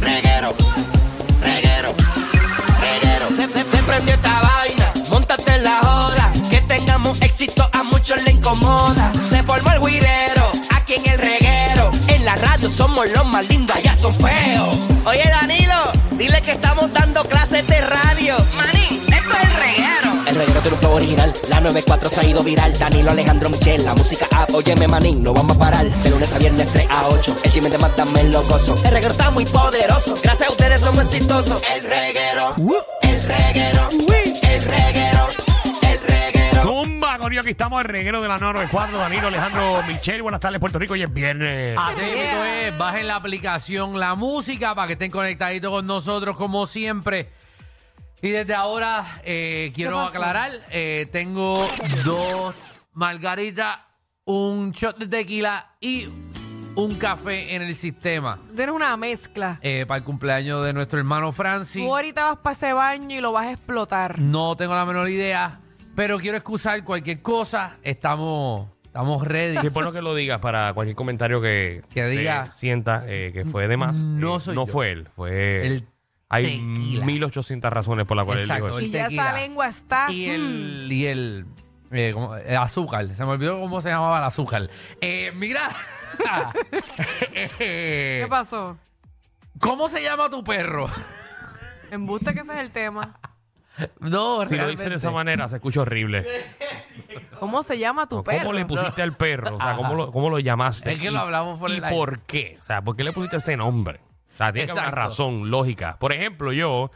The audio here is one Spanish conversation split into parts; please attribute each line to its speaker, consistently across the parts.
Speaker 1: reguero, reguero, reguero. Se, se, se prendió esta vaina, montate en la joda. Que tengamos éxito a muchos le incomoda. Se formó el guirero, aquí en el reguero. En la radio somos los más lindos, ya son feos. Oye Danilo, dile que estamos dando clases de radio.
Speaker 2: Manín, esto es el reguero.
Speaker 1: El reguero tiene un flow original, la 94 se ha ido viral. Danilo Alejandro Michel, la música app, óyeme manín, no vamos a parar. De lunes a viernes 3 a 8, el chisme de Mátame lo gozo. El reguero está muy poderoso, gracias a ustedes somos exitosos. El reguero, el reguero, el reguero, el reguero.
Speaker 3: Zumba, Corillo, aquí estamos, el reguero de la 994, Danilo, Alejandro, Michelle, buenas tardes, Puerto Rico, y es viernes.
Speaker 4: Así mismo es, bajen la aplicación La Música para que estén conectaditos con nosotros como siempre. Y desde ahora eh, quiero aclarar, eh, tengo dos margaritas, un shot de tequila y un café en el sistema
Speaker 5: Tú tienes una mezcla.
Speaker 4: eh, para el cumpleaños de nuestro hermano Francis.
Speaker 5: Tú ahorita vas para ese baño y lo vas a explotar.
Speaker 4: No tengo la menor idea, pero quiero excusar cualquier cosa. Estamos, estamos ready.
Speaker 6: Qué bueno que lo digas para cualquier comentario que,
Speaker 4: Que diga.
Speaker 6: eh, sienta eh, que fue de más.
Speaker 4: No
Speaker 6: Eh,
Speaker 4: soy
Speaker 6: No
Speaker 4: yo.
Speaker 6: fue él, fue
Speaker 4: El
Speaker 6: Hay
Speaker 4: tequila.
Speaker 6: 1800 razones por las cuales
Speaker 4: Exacto,
Speaker 6: él dijo eso.
Speaker 4: el
Speaker 5: Y ya
Speaker 4: tequila.
Speaker 5: esa lengua está. mm,
Speaker 4: y el y el, eh, ¿cómo? el azúcar se me olvidó cómo se llamaba el azúcar eh, mira Eh,
Speaker 5: ¿Qué pasó?
Speaker 4: cómo se llama tu perro
Speaker 5: Embuste que ese es el tema.
Speaker 4: no
Speaker 6: Si lo dice de esa
Speaker 4: realmente.
Speaker 6: manera, se escucha horrible.
Speaker 5: ¿Cómo se llama tu
Speaker 6: ¿Cómo
Speaker 5: perro?
Speaker 6: le pusiste al perro? O sea, ¿cómo lo, cómo lo llamaste?
Speaker 4: Es que lo hablamos por
Speaker 6: ¿Y
Speaker 4: el aire.
Speaker 6: por qué? O sea, ¿por qué le pusiste ese nombre? O sea, tiene que haber una
Speaker 4: Exacto.
Speaker 6: razón lógica. Por ejemplo, yo,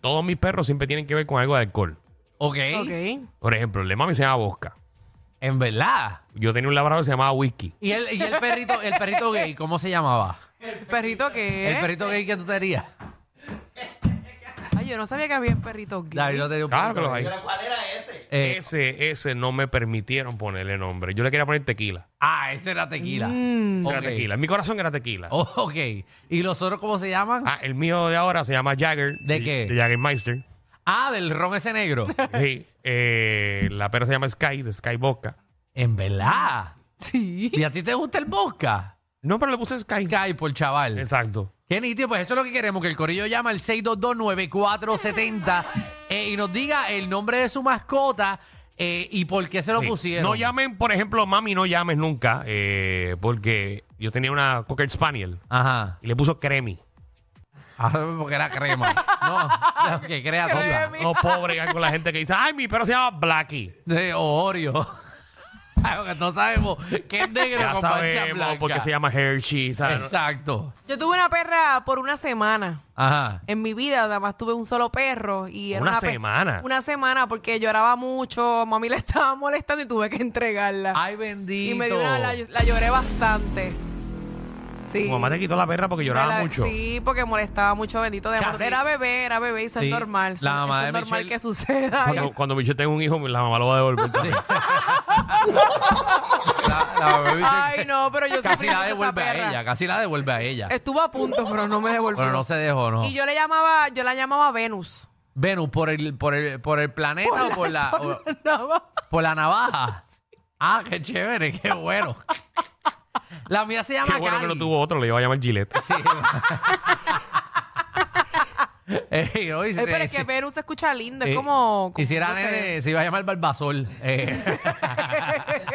Speaker 6: todos mis perros siempre tienen que ver con algo de alcohol.
Speaker 4: ok
Speaker 5: Ok.
Speaker 6: Por ejemplo, el de mami se llama Bosca.
Speaker 4: en verdad
Speaker 6: Yo tenía un labrador que se llamaba Whisky.
Speaker 4: y el, y el perrito el perrito gay cómo se llamaba
Speaker 5: ¿El perrito qué?
Speaker 4: el perrito gay que tú tenías
Speaker 5: Ay, yo no sabía que había perritos gay.
Speaker 4: David no tenía un
Speaker 6: Claro que los
Speaker 4: perrito
Speaker 6: hay.
Speaker 4: gay.
Speaker 1: ¿Cuál era ese?
Speaker 4: Eh,
Speaker 6: Ese, ese no me permitieron ponerle nombre. Yo le quería poner tequila.
Speaker 4: ah ese era tequila
Speaker 6: Ese
Speaker 4: Ok.
Speaker 6: Era tequila. En mi corazón era tequila.
Speaker 4: Oh, ok y los otros cómo se llaman ah,
Speaker 6: Ah, el mío de ahora se llama Jagger.
Speaker 4: ¿De
Speaker 6: Y-
Speaker 4: qué?
Speaker 6: De Jaggermeister.
Speaker 4: Ah, del ron ese negro
Speaker 6: Sí. Eh, la perra se llama Sky, de Sky Boca.
Speaker 4: en verdad
Speaker 5: Sí.
Speaker 4: y a ti te gusta el vodka
Speaker 6: No, pero le puse Sky.
Speaker 4: Sky por chaval.
Speaker 6: Exacto.
Speaker 4: Qué nítido, pues eso es lo que queremos, que el corillo llama al 6229470 eh, y nos diga el nombre de su mascota eh, y por qué se lo
Speaker 6: Sí.
Speaker 4: pusieron.
Speaker 6: No llamen, por ejemplo, mami, no llames nunca. eh, porque yo tenía una Cocker Spaniel
Speaker 4: Ajá.
Speaker 6: y le puso Cremi.
Speaker 4: Ah, porque era crema. No, ok, creativa.
Speaker 6: No puedo bregar con la gente que dice, ay, mi perro se llama Blackie.
Speaker 4: De Oreo. Ay, porque no sabemos qué es negro
Speaker 6: Ya
Speaker 4: con mancha
Speaker 6: sabemos
Speaker 4: blanca.
Speaker 6: por qué se llama Hershey. ¿sabes?
Speaker 4: Exacto.
Speaker 5: Yo tuve una perra por una semana.
Speaker 4: Ajá.
Speaker 5: En mi vida nada más tuve un solo perro y era
Speaker 6: Una
Speaker 5: una, pe-
Speaker 6: semana.
Speaker 5: Una semana porque lloraba mucho, mami le estaba molestando y tuve que entregarla.
Speaker 4: Ay, bendito.
Speaker 5: y me dio una, la, la lloré bastante. Sí.
Speaker 6: Tu mamá te quitó la perra porque
Speaker 5: Me
Speaker 6: lloraba
Speaker 5: la-
Speaker 6: mucho.
Speaker 5: Sí, porque molestaba mucho, bendito de
Speaker 4: Casi.
Speaker 5: Era bebé, era bebé, eso
Speaker 4: Sí,
Speaker 5: es normal. Eso-
Speaker 4: la
Speaker 5: eso
Speaker 4: mamá de
Speaker 5: es normal
Speaker 4: Michelle-
Speaker 5: que suceda.
Speaker 6: Cuando, cuando Michelle tenga un hijo, la mamá lo va a devolver. también.
Speaker 4: La- la bebé-
Speaker 5: Ay, no, pero yo
Speaker 4: Casi
Speaker 5: sufrí
Speaker 4: la
Speaker 5: mucho esa
Speaker 4: devuelve
Speaker 5: perra.
Speaker 4: a ella, casi la devuelve a ella.
Speaker 5: Estuvo a punto, pero no me devolvió.
Speaker 4: Pero no se dejó, ¿no?
Speaker 5: Y yo le llamaba, yo la llamaba Venus.
Speaker 4: Venus, por el, por el, por el planeta o por la, o- por la navaja. Ah, qué chévere, qué bueno. La mía se llama
Speaker 6: Qué bueno que
Speaker 4: Cali.
Speaker 6: lo tuvo otro, le iba a llamar Gillette.
Speaker 4: Sí. Ey, no, y si
Speaker 5: Ay,
Speaker 4: te-
Speaker 5: Eh, pero es que
Speaker 4: si-
Speaker 5: Venus se escucha lindo,
Speaker 4: eh,
Speaker 5: es como... como,
Speaker 4: y si era
Speaker 5: no sé.
Speaker 4: nene, se iba a llamar Barbasol. Eh,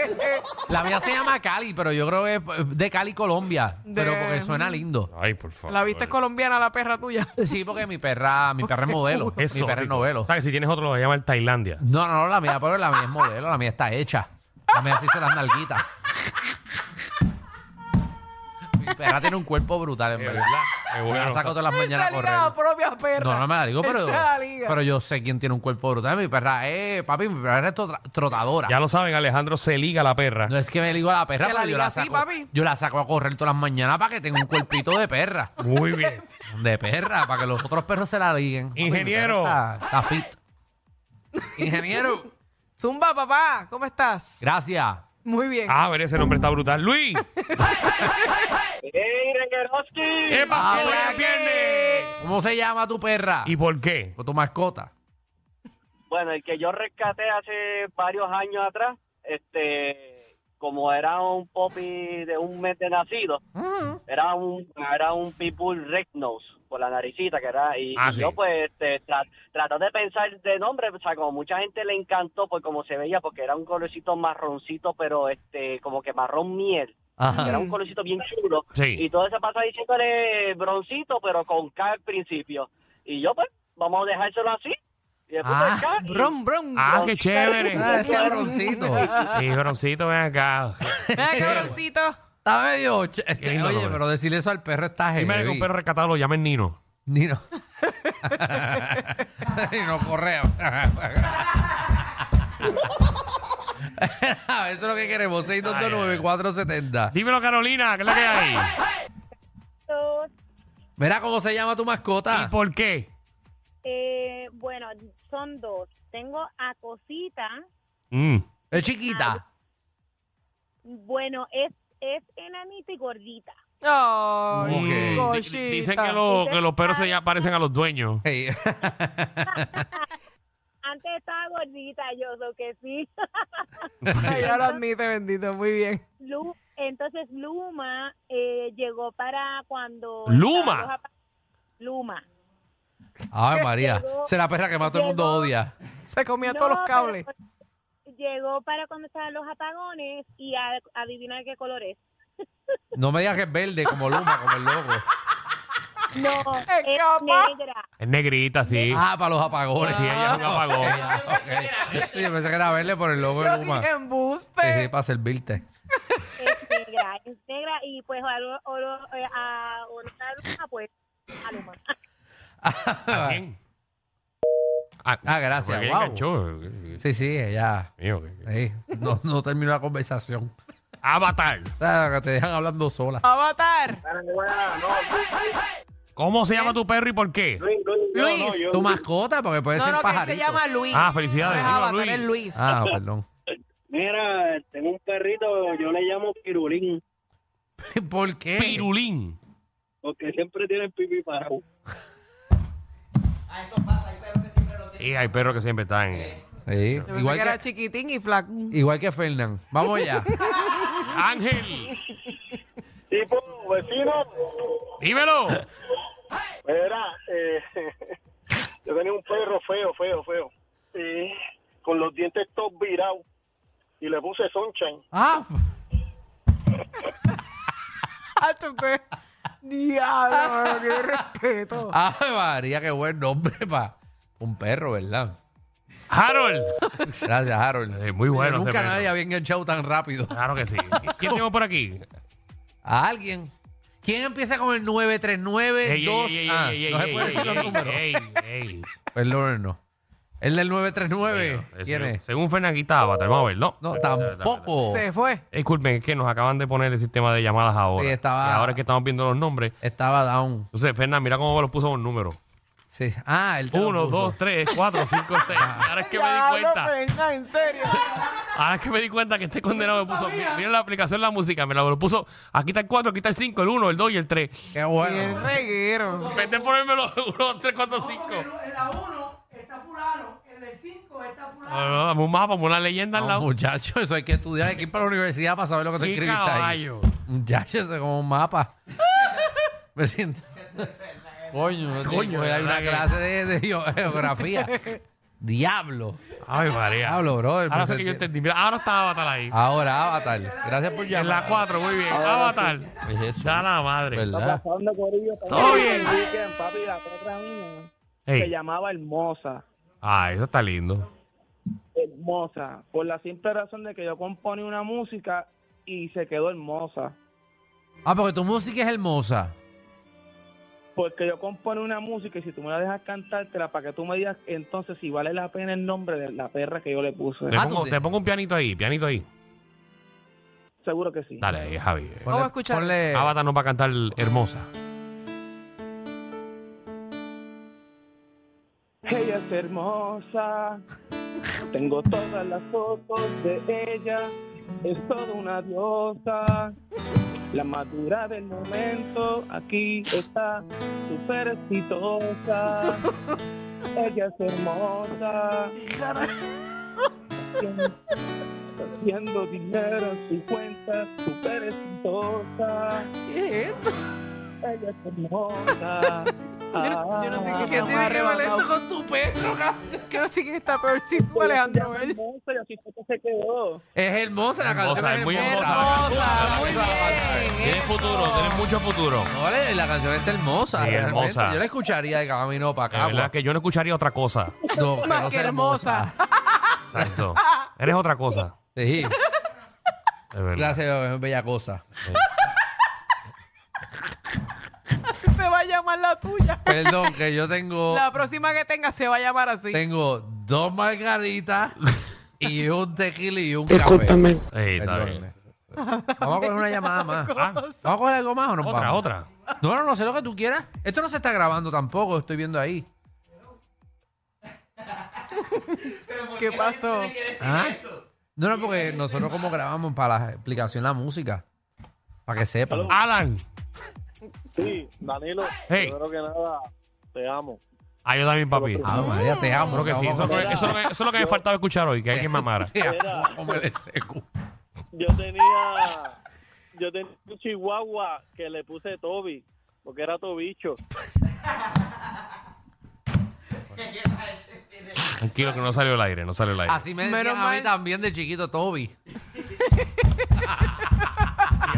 Speaker 4: la mía se llama Cali, pero yo creo que es eh, de Cali, Colombia. Pero
Speaker 5: De-
Speaker 4: porque suena lindo.
Speaker 6: Ay, por favor.
Speaker 5: ¿La viste colombiana, la perra tuya?
Speaker 4: Sí, porque mi perra, mi perra es modelo.
Speaker 6: Eso.
Speaker 4: mi perra es
Speaker 6: rico.
Speaker 4: novelo.
Speaker 6: O sea, que si tienes otro, lo va a llamar Tailandia.
Speaker 4: No, no, no, la mía, pero la mía es modelo, la mía está hecha. La mía se hizo las nalguitas. Mi perra tiene un cuerpo brutal, en
Speaker 6: Es
Speaker 4: verdad.
Speaker 6: verdad, es
Speaker 4: Me la
Speaker 6: bueno.
Speaker 4: saco todas las mañanas a
Speaker 5: Esa liga la
Speaker 4: correr.
Speaker 5: propia perra.
Speaker 4: No, no me la digo, pero,
Speaker 5: Esa la liga.
Speaker 4: pero yo sé quién tiene un cuerpo brutal. Mi perra, eh, papi, mi perra es trotra- trotadora.
Speaker 6: Ya lo saben, Alejandro se liga a la perra.
Speaker 4: No es que me ligo a la perra,
Speaker 5: Que la
Speaker 4: pero yo
Speaker 5: liga
Speaker 4: la
Speaker 5: así,
Speaker 4: saco.
Speaker 5: papi.
Speaker 4: Yo la saco a correr todas las mañanas para que tenga un cuerpito de perra.
Speaker 6: Muy bien.
Speaker 4: De perra, para que los otros perros se la liguen. Papi, mi perra
Speaker 6: Ingeniero.
Speaker 4: Está, está fit. Ingeniero.
Speaker 5: Zumba, papá, ¿cómo estás?
Speaker 4: Gracias.
Speaker 5: Muy bien.
Speaker 6: Ah, a ver, ese nombre está brutal. ¡Luis!
Speaker 7: ¡Ey, Regueroski!
Speaker 6: ¿Qué
Speaker 4: Ah,
Speaker 6: pasó? Hoy es
Speaker 4: bueno.
Speaker 6: viernes.
Speaker 4: ¿Cómo se llama tu perra?
Speaker 6: ¿Y por qué?
Speaker 4: o tu mascota.
Speaker 7: Bueno, el que yo rescaté hace varios años atrás, este, como era un popi de un mes de nacido, era un era un pitbull red nose por la naricita que era y,
Speaker 6: Ah,
Speaker 7: y
Speaker 6: sí.
Speaker 7: yo pues este, tra- traté de pensar de nombre, o sea, como mucha gente le encantó por cómo se veía porque era un colorcito marroncito, pero este como que marrón miel. Era
Speaker 4: Ajá.
Speaker 7: un colorcito bien chulo.
Speaker 6: Ah. Sí.
Speaker 7: Y todo se pasa diciéndole broncito, pero con K al principio. Y yo, pues, vamos a dejárselo así. Y después
Speaker 6: Ah,
Speaker 7: pues, K, y-
Speaker 5: Brum, brum.
Speaker 6: Ah, qué chévere.
Speaker 4: Ah, ese cabroncito.
Speaker 6: Y broncito, ven acá.
Speaker 5: Ah, cabroncito.
Speaker 4: Está medio. ch- este,
Speaker 6: lindo
Speaker 4: oye,
Speaker 6: nombre.
Speaker 4: pero decirle eso al perro está
Speaker 6: Dime que un
Speaker 4: heavy.
Speaker 6: perro rescatado lo llamen Nino.
Speaker 4: Nino. Nino Correa. Eso es lo que queremos. 629-470.
Speaker 6: Dímelo, Carolina, ¿qué es lo que hay?
Speaker 4: Mira cómo se llama tu mascota.
Speaker 6: ¿Y por qué?
Speaker 8: Eh, bueno, son dos. Tengo a Cosita.
Speaker 6: Mm.
Speaker 4: Es chiquita.
Speaker 8: Bueno, es, es enanita y gordita.
Speaker 5: Ay,
Speaker 4: Ok. Di-
Speaker 6: Di-
Speaker 5: cosita.
Speaker 6: Dicen que, lo- que los perros se ya parecen a los dueños.
Speaker 4: Hey.
Speaker 8: Antes estaba gordita, yo so que sí.
Speaker 5: Ay, ya lo admite, bendito. Muy bien.
Speaker 8: Lu- entonces Luma eh, llegó para cuando...
Speaker 6: Luma.
Speaker 8: estaba los apa- Luma.
Speaker 4: Ay, María. Esa es la perra que más todo el mundo
Speaker 8: Llegó.
Speaker 4: odia.
Speaker 5: Se comía
Speaker 8: No,
Speaker 5: todos los
Speaker 8: pero
Speaker 5: cables.
Speaker 8: Llegó para cuando estaban los apagones y a, adivinar qué color es.
Speaker 4: No me digas que es verde como Luma, como el loco.
Speaker 8: No,
Speaker 5: Es
Speaker 8: es
Speaker 5: capaz.
Speaker 8: negra.
Speaker 6: Es negrita, sí.
Speaker 4: Ah, para los apagones.
Speaker 6: Sí, ah. ella
Speaker 5: Ah.
Speaker 6: nunca apagó.
Speaker 4: Ok. Sí, yo pensé que era verde por el logo de
Speaker 5: Yo
Speaker 4: Luma. Sí,
Speaker 5: dije, "Pues".
Speaker 4: sí,
Speaker 5: embuste.
Speaker 4: para servirte.
Speaker 8: Es negra, es negra y pues a, lo- a, lo- eh, a, a Luma, pues a Luma.
Speaker 6: ¿A quién? Ah,
Speaker 4: Ah, gracias.
Speaker 6: ¿Por qué
Speaker 4: Wow.
Speaker 6: enganchó?
Speaker 4: Sí, sí, ella.
Speaker 6: Mío, que-
Speaker 4: Ey, no, no terminó la conversación.
Speaker 6: Avatar.
Speaker 4: O sea, que te dejan hablando sola.
Speaker 5: Avatar.
Speaker 6: ¿Cómo se llama tu perro y por qué?
Speaker 5: Luis.
Speaker 4: Tu mascota, porque puede
Speaker 5: No,
Speaker 4: ser
Speaker 5: no, que él
Speaker 4: pajarito.
Speaker 5: se llama Luis.
Speaker 6: Ah, felicidades,
Speaker 5: No es
Speaker 6: viva
Speaker 5: Avatar,
Speaker 6: Luis.
Speaker 5: es Luis.
Speaker 4: Ah, perdón.
Speaker 7: Mira, tengo un perrito, yo le llamo Pirulín,
Speaker 4: ¿Por qué?
Speaker 6: Pirulín.
Speaker 7: porque siempre tiene el pipi parado.
Speaker 6: Y hay perros que siempre están. eh.
Speaker 4: Sí,
Speaker 5: Yo pensé
Speaker 4: Igual
Speaker 5: que era
Speaker 4: que,
Speaker 5: chiquitín y flaco.
Speaker 4: igual que Fernán. Vamos allá.
Speaker 6: Ángel,
Speaker 7: Tipo, vecino,
Speaker 6: dímelo.
Speaker 7: era, eh, yo tenía un perro feo, feo, feo, con los dientes todos virados, y le puse Sunshine.
Speaker 4: ah,
Speaker 5: Hacho, usted. Ah, Diablo, mano, qué respeto.
Speaker 4: ay, María, qué buen nombre para un perro, ¿verdad?
Speaker 6: Harold.
Speaker 4: Gracias, Harold.
Speaker 6: Eh, muy bueno
Speaker 4: Nunca
Speaker 6: ese perro.
Speaker 4: nadie había enganchado tan rápido.
Speaker 6: Claro que sí. ¿Quién tengo por aquí?
Speaker 4: A alguien. ¿Quién empieza con el 939
Speaker 6: Ey,
Speaker 4: 2
Speaker 6: ey, ey,
Speaker 4: Ah,
Speaker 6: ey, ey,
Speaker 4: No se
Speaker 6: ey,
Speaker 4: puede decir
Speaker 6: ey,
Speaker 4: los números.
Speaker 6: ey, ey.
Speaker 4: Perdónenos. El del
Speaker 6: Bueno,
Speaker 4: 939.
Speaker 6: ese-
Speaker 4: ¿Quién es?
Speaker 6: Según Fernanguita Avatar, vamos a verlo.
Speaker 4: No,
Speaker 6: Oh.
Speaker 4: tampoco.
Speaker 5: Se fue.
Speaker 6: Disculpen, es que nos acaban de poner el sistema de llamadas ahora.
Speaker 4: Sí, estaba-
Speaker 6: Y ahora es que estamos viendo los nombres.
Speaker 4: Estaba down.
Speaker 6: Entonces, Fernan, mira cómo los puso los números.
Speaker 4: Sí. Ah, el
Speaker 6: Uno, dos, tres, cuatro, cinco, seis. Ahora es que me di
Speaker 5: Diablo,
Speaker 6: cuenta.
Speaker 5: Fernan, en serio.
Speaker 6: Ahora es que me di cuenta que este condenado me puso. Mira la aplicación la música, me la lo puso. Aquí está el cuatro, aquí está el cinco, el uno, el dos y el tres.
Speaker 4: Qué
Speaker 5: Y el
Speaker 4: bueno.
Speaker 5: reguero.
Speaker 6: Vete a ponerme los uno, dos, tres, cuatro, cinco.
Speaker 9: la 1 está fulano, en el 5 está fulano.
Speaker 6: No, no, dame un mapa, dame una leyenda al
Speaker 4: No,
Speaker 6: lado.
Speaker 4: muchacho, eso hay que estudiar. Hay que ir para la universidad para saber lo que tú
Speaker 6: ¡Qué
Speaker 4: escribiste ahí.
Speaker 6: caballo!
Speaker 4: Muchacho, eso es como un mapa. Me siento. Coño,
Speaker 6: Coño,
Speaker 4: coño. Hay
Speaker 6: ¿verdad
Speaker 4: una
Speaker 6: que-
Speaker 4: clase de, de geo- geografía. Diablo.
Speaker 6: Ay, María.
Speaker 4: Diablo, bro.
Speaker 6: Ahora fue que yo entendí. Mira, ahora está Avatar ahí.
Speaker 4: Ah, Ahora, Avatar. Gracias por
Speaker 6: En la
Speaker 4: llamar.
Speaker 6: 4, muy bien. Avatar.
Speaker 4: Es eso,
Speaker 6: Ya la madre.
Speaker 4: ¿verdad?
Speaker 6: Todo bien.
Speaker 7: papi, la otra mía se
Speaker 6: Ey.
Speaker 7: llamaba Hermosa.
Speaker 6: Ah, eso está lindo.
Speaker 7: Hermosa, por la simple razón de que yo compone una música y se quedó hermosa.
Speaker 4: Ah, porque tu música es hermosa.
Speaker 7: Porque yo compone una música y si tú me la dejas cantártela para que tú me digas entonces si vale la pena el nombre de la perra que yo le puse.
Speaker 6: Te,
Speaker 4: Ah,
Speaker 6: pongo,
Speaker 4: tú te-
Speaker 6: te pongo un pianito ahí, pianito ahí.
Speaker 7: Seguro que sí.
Speaker 6: Dale ahí, Javi.
Speaker 5: Vamos a escuchar
Speaker 4: ponle-
Speaker 6: Avatar no va a cantar hermosa.
Speaker 7: Ella es hermosa, tengo todas las fotos de ella, es toda una diosa, la madura del momento, aquí está, súper exitosa, ella es hermosa.
Speaker 10: haciendo dinero en su cuenta, súper exitosa.
Speaker 5: ¿Qué es esto?
Speaker 10: Ella es hermosa.
Speaker 5: Yo no- yo no sé Ah. qué-
Speaker 4: ¿Qué tiene
Speaker 5: Estamos
Speaker 4: que ver
Speaker 5: arrebatados.
Speaker 4: esto con tu perro, cabrón?
Speaker 5: Que no sé quién está peor si tú, Alejandro.
Speaker 10: Ella es
Speaker 5: ¿verdad?
Speaker 10: hermosa y así fue que se quedó.
Speaker 4: Es hermosa la
Speaker 6: Hermosa,
Speaker 4: canción.
Speaker 6: es muy
Speaker 5: Hermosa, muy bien.
Speaker 6: Tienes
Speaker 5: eso.
Speaker 6: futuro, tienes mucho futuro.
Speaker 4: No, la, la canción está hermosa.
Speaker 6: Sí,
Speaker 4: realmente.
Speaker 6: hermosa.
Speaker 4: Yo la escucharía de camino para
Speaker 6: La
Speaker 4: acá.
Speaker 6: verdad que yo no escucharía otra cosa.
Speaker 4: No,
Speaker 5: Más
Speaker 4: no
Speaker 5: que
Speaker 4: sea
Speaker 5: hermosa.
Speaker 6: Exacto. Eres otra cosa.
Speaker 4: Sí.
Speaker 6: De verdad.
Speaker 4: Gracias, bella cosa.
Speaker 5: Se va a llamar la tuya.
Speaker 4: Perdón, que yo tengo,
Speaker 5: La próxima que tenga se va a llamar así.
Speaker 4: tengo dos margaritas y un tequila y un café.
Speaker 6: Ey, está
Speaker 4: Perdón.
Speaker 6: bien.
Speaker 4: Vamos a coger una llamada más.
Speaker 5: Cosa.
Speaker 4: Ah, ¿Vamos a coger algo más o no?
Speaker 6: Otra,
Speaker 4: vamos?
Speaker 6: otra.
Speaker 4: No, no, no sé lo que tú quieras. Esto no se está grabando tampoco, estoy viendo ahí.
Speaker 5: ¿Qué pasó?
Speaker 4: ¿Ah? No, no, porque nosotros como grabamos para la explicación la música. Para que sepan.
Speaker 6: Alan.
Speaker 7: Sí, Danilo,
Speaker 6: Hey.
Speaker 7: primero que nada, te amo.
Speaker 6: Ah, yo también, papi.
Speaker 4: Ah, María, te amo.
Speaker 6: Creo que sí. Eso, es lo que- eso es lo que, eso es lo que me faltaba escuchar hoy, que alguien me amara.
Speaker 4: Te amo,
Speaker 7: Mira.
Speaker 4: como el seco.
Speaker 7: Yo tenía, yo tenía un chihuahua que le puse Toby, porque era Tobicho.
Speaker 6: Tranquilo que no salió el aire, no salió el aire.
Speaker 4: Así me decían
Speaker 5: Menos
Speaker 4: a mí
Speaker 5: mal.
Speaker 4: también de chiquito, Toby.
Speaker 6: Y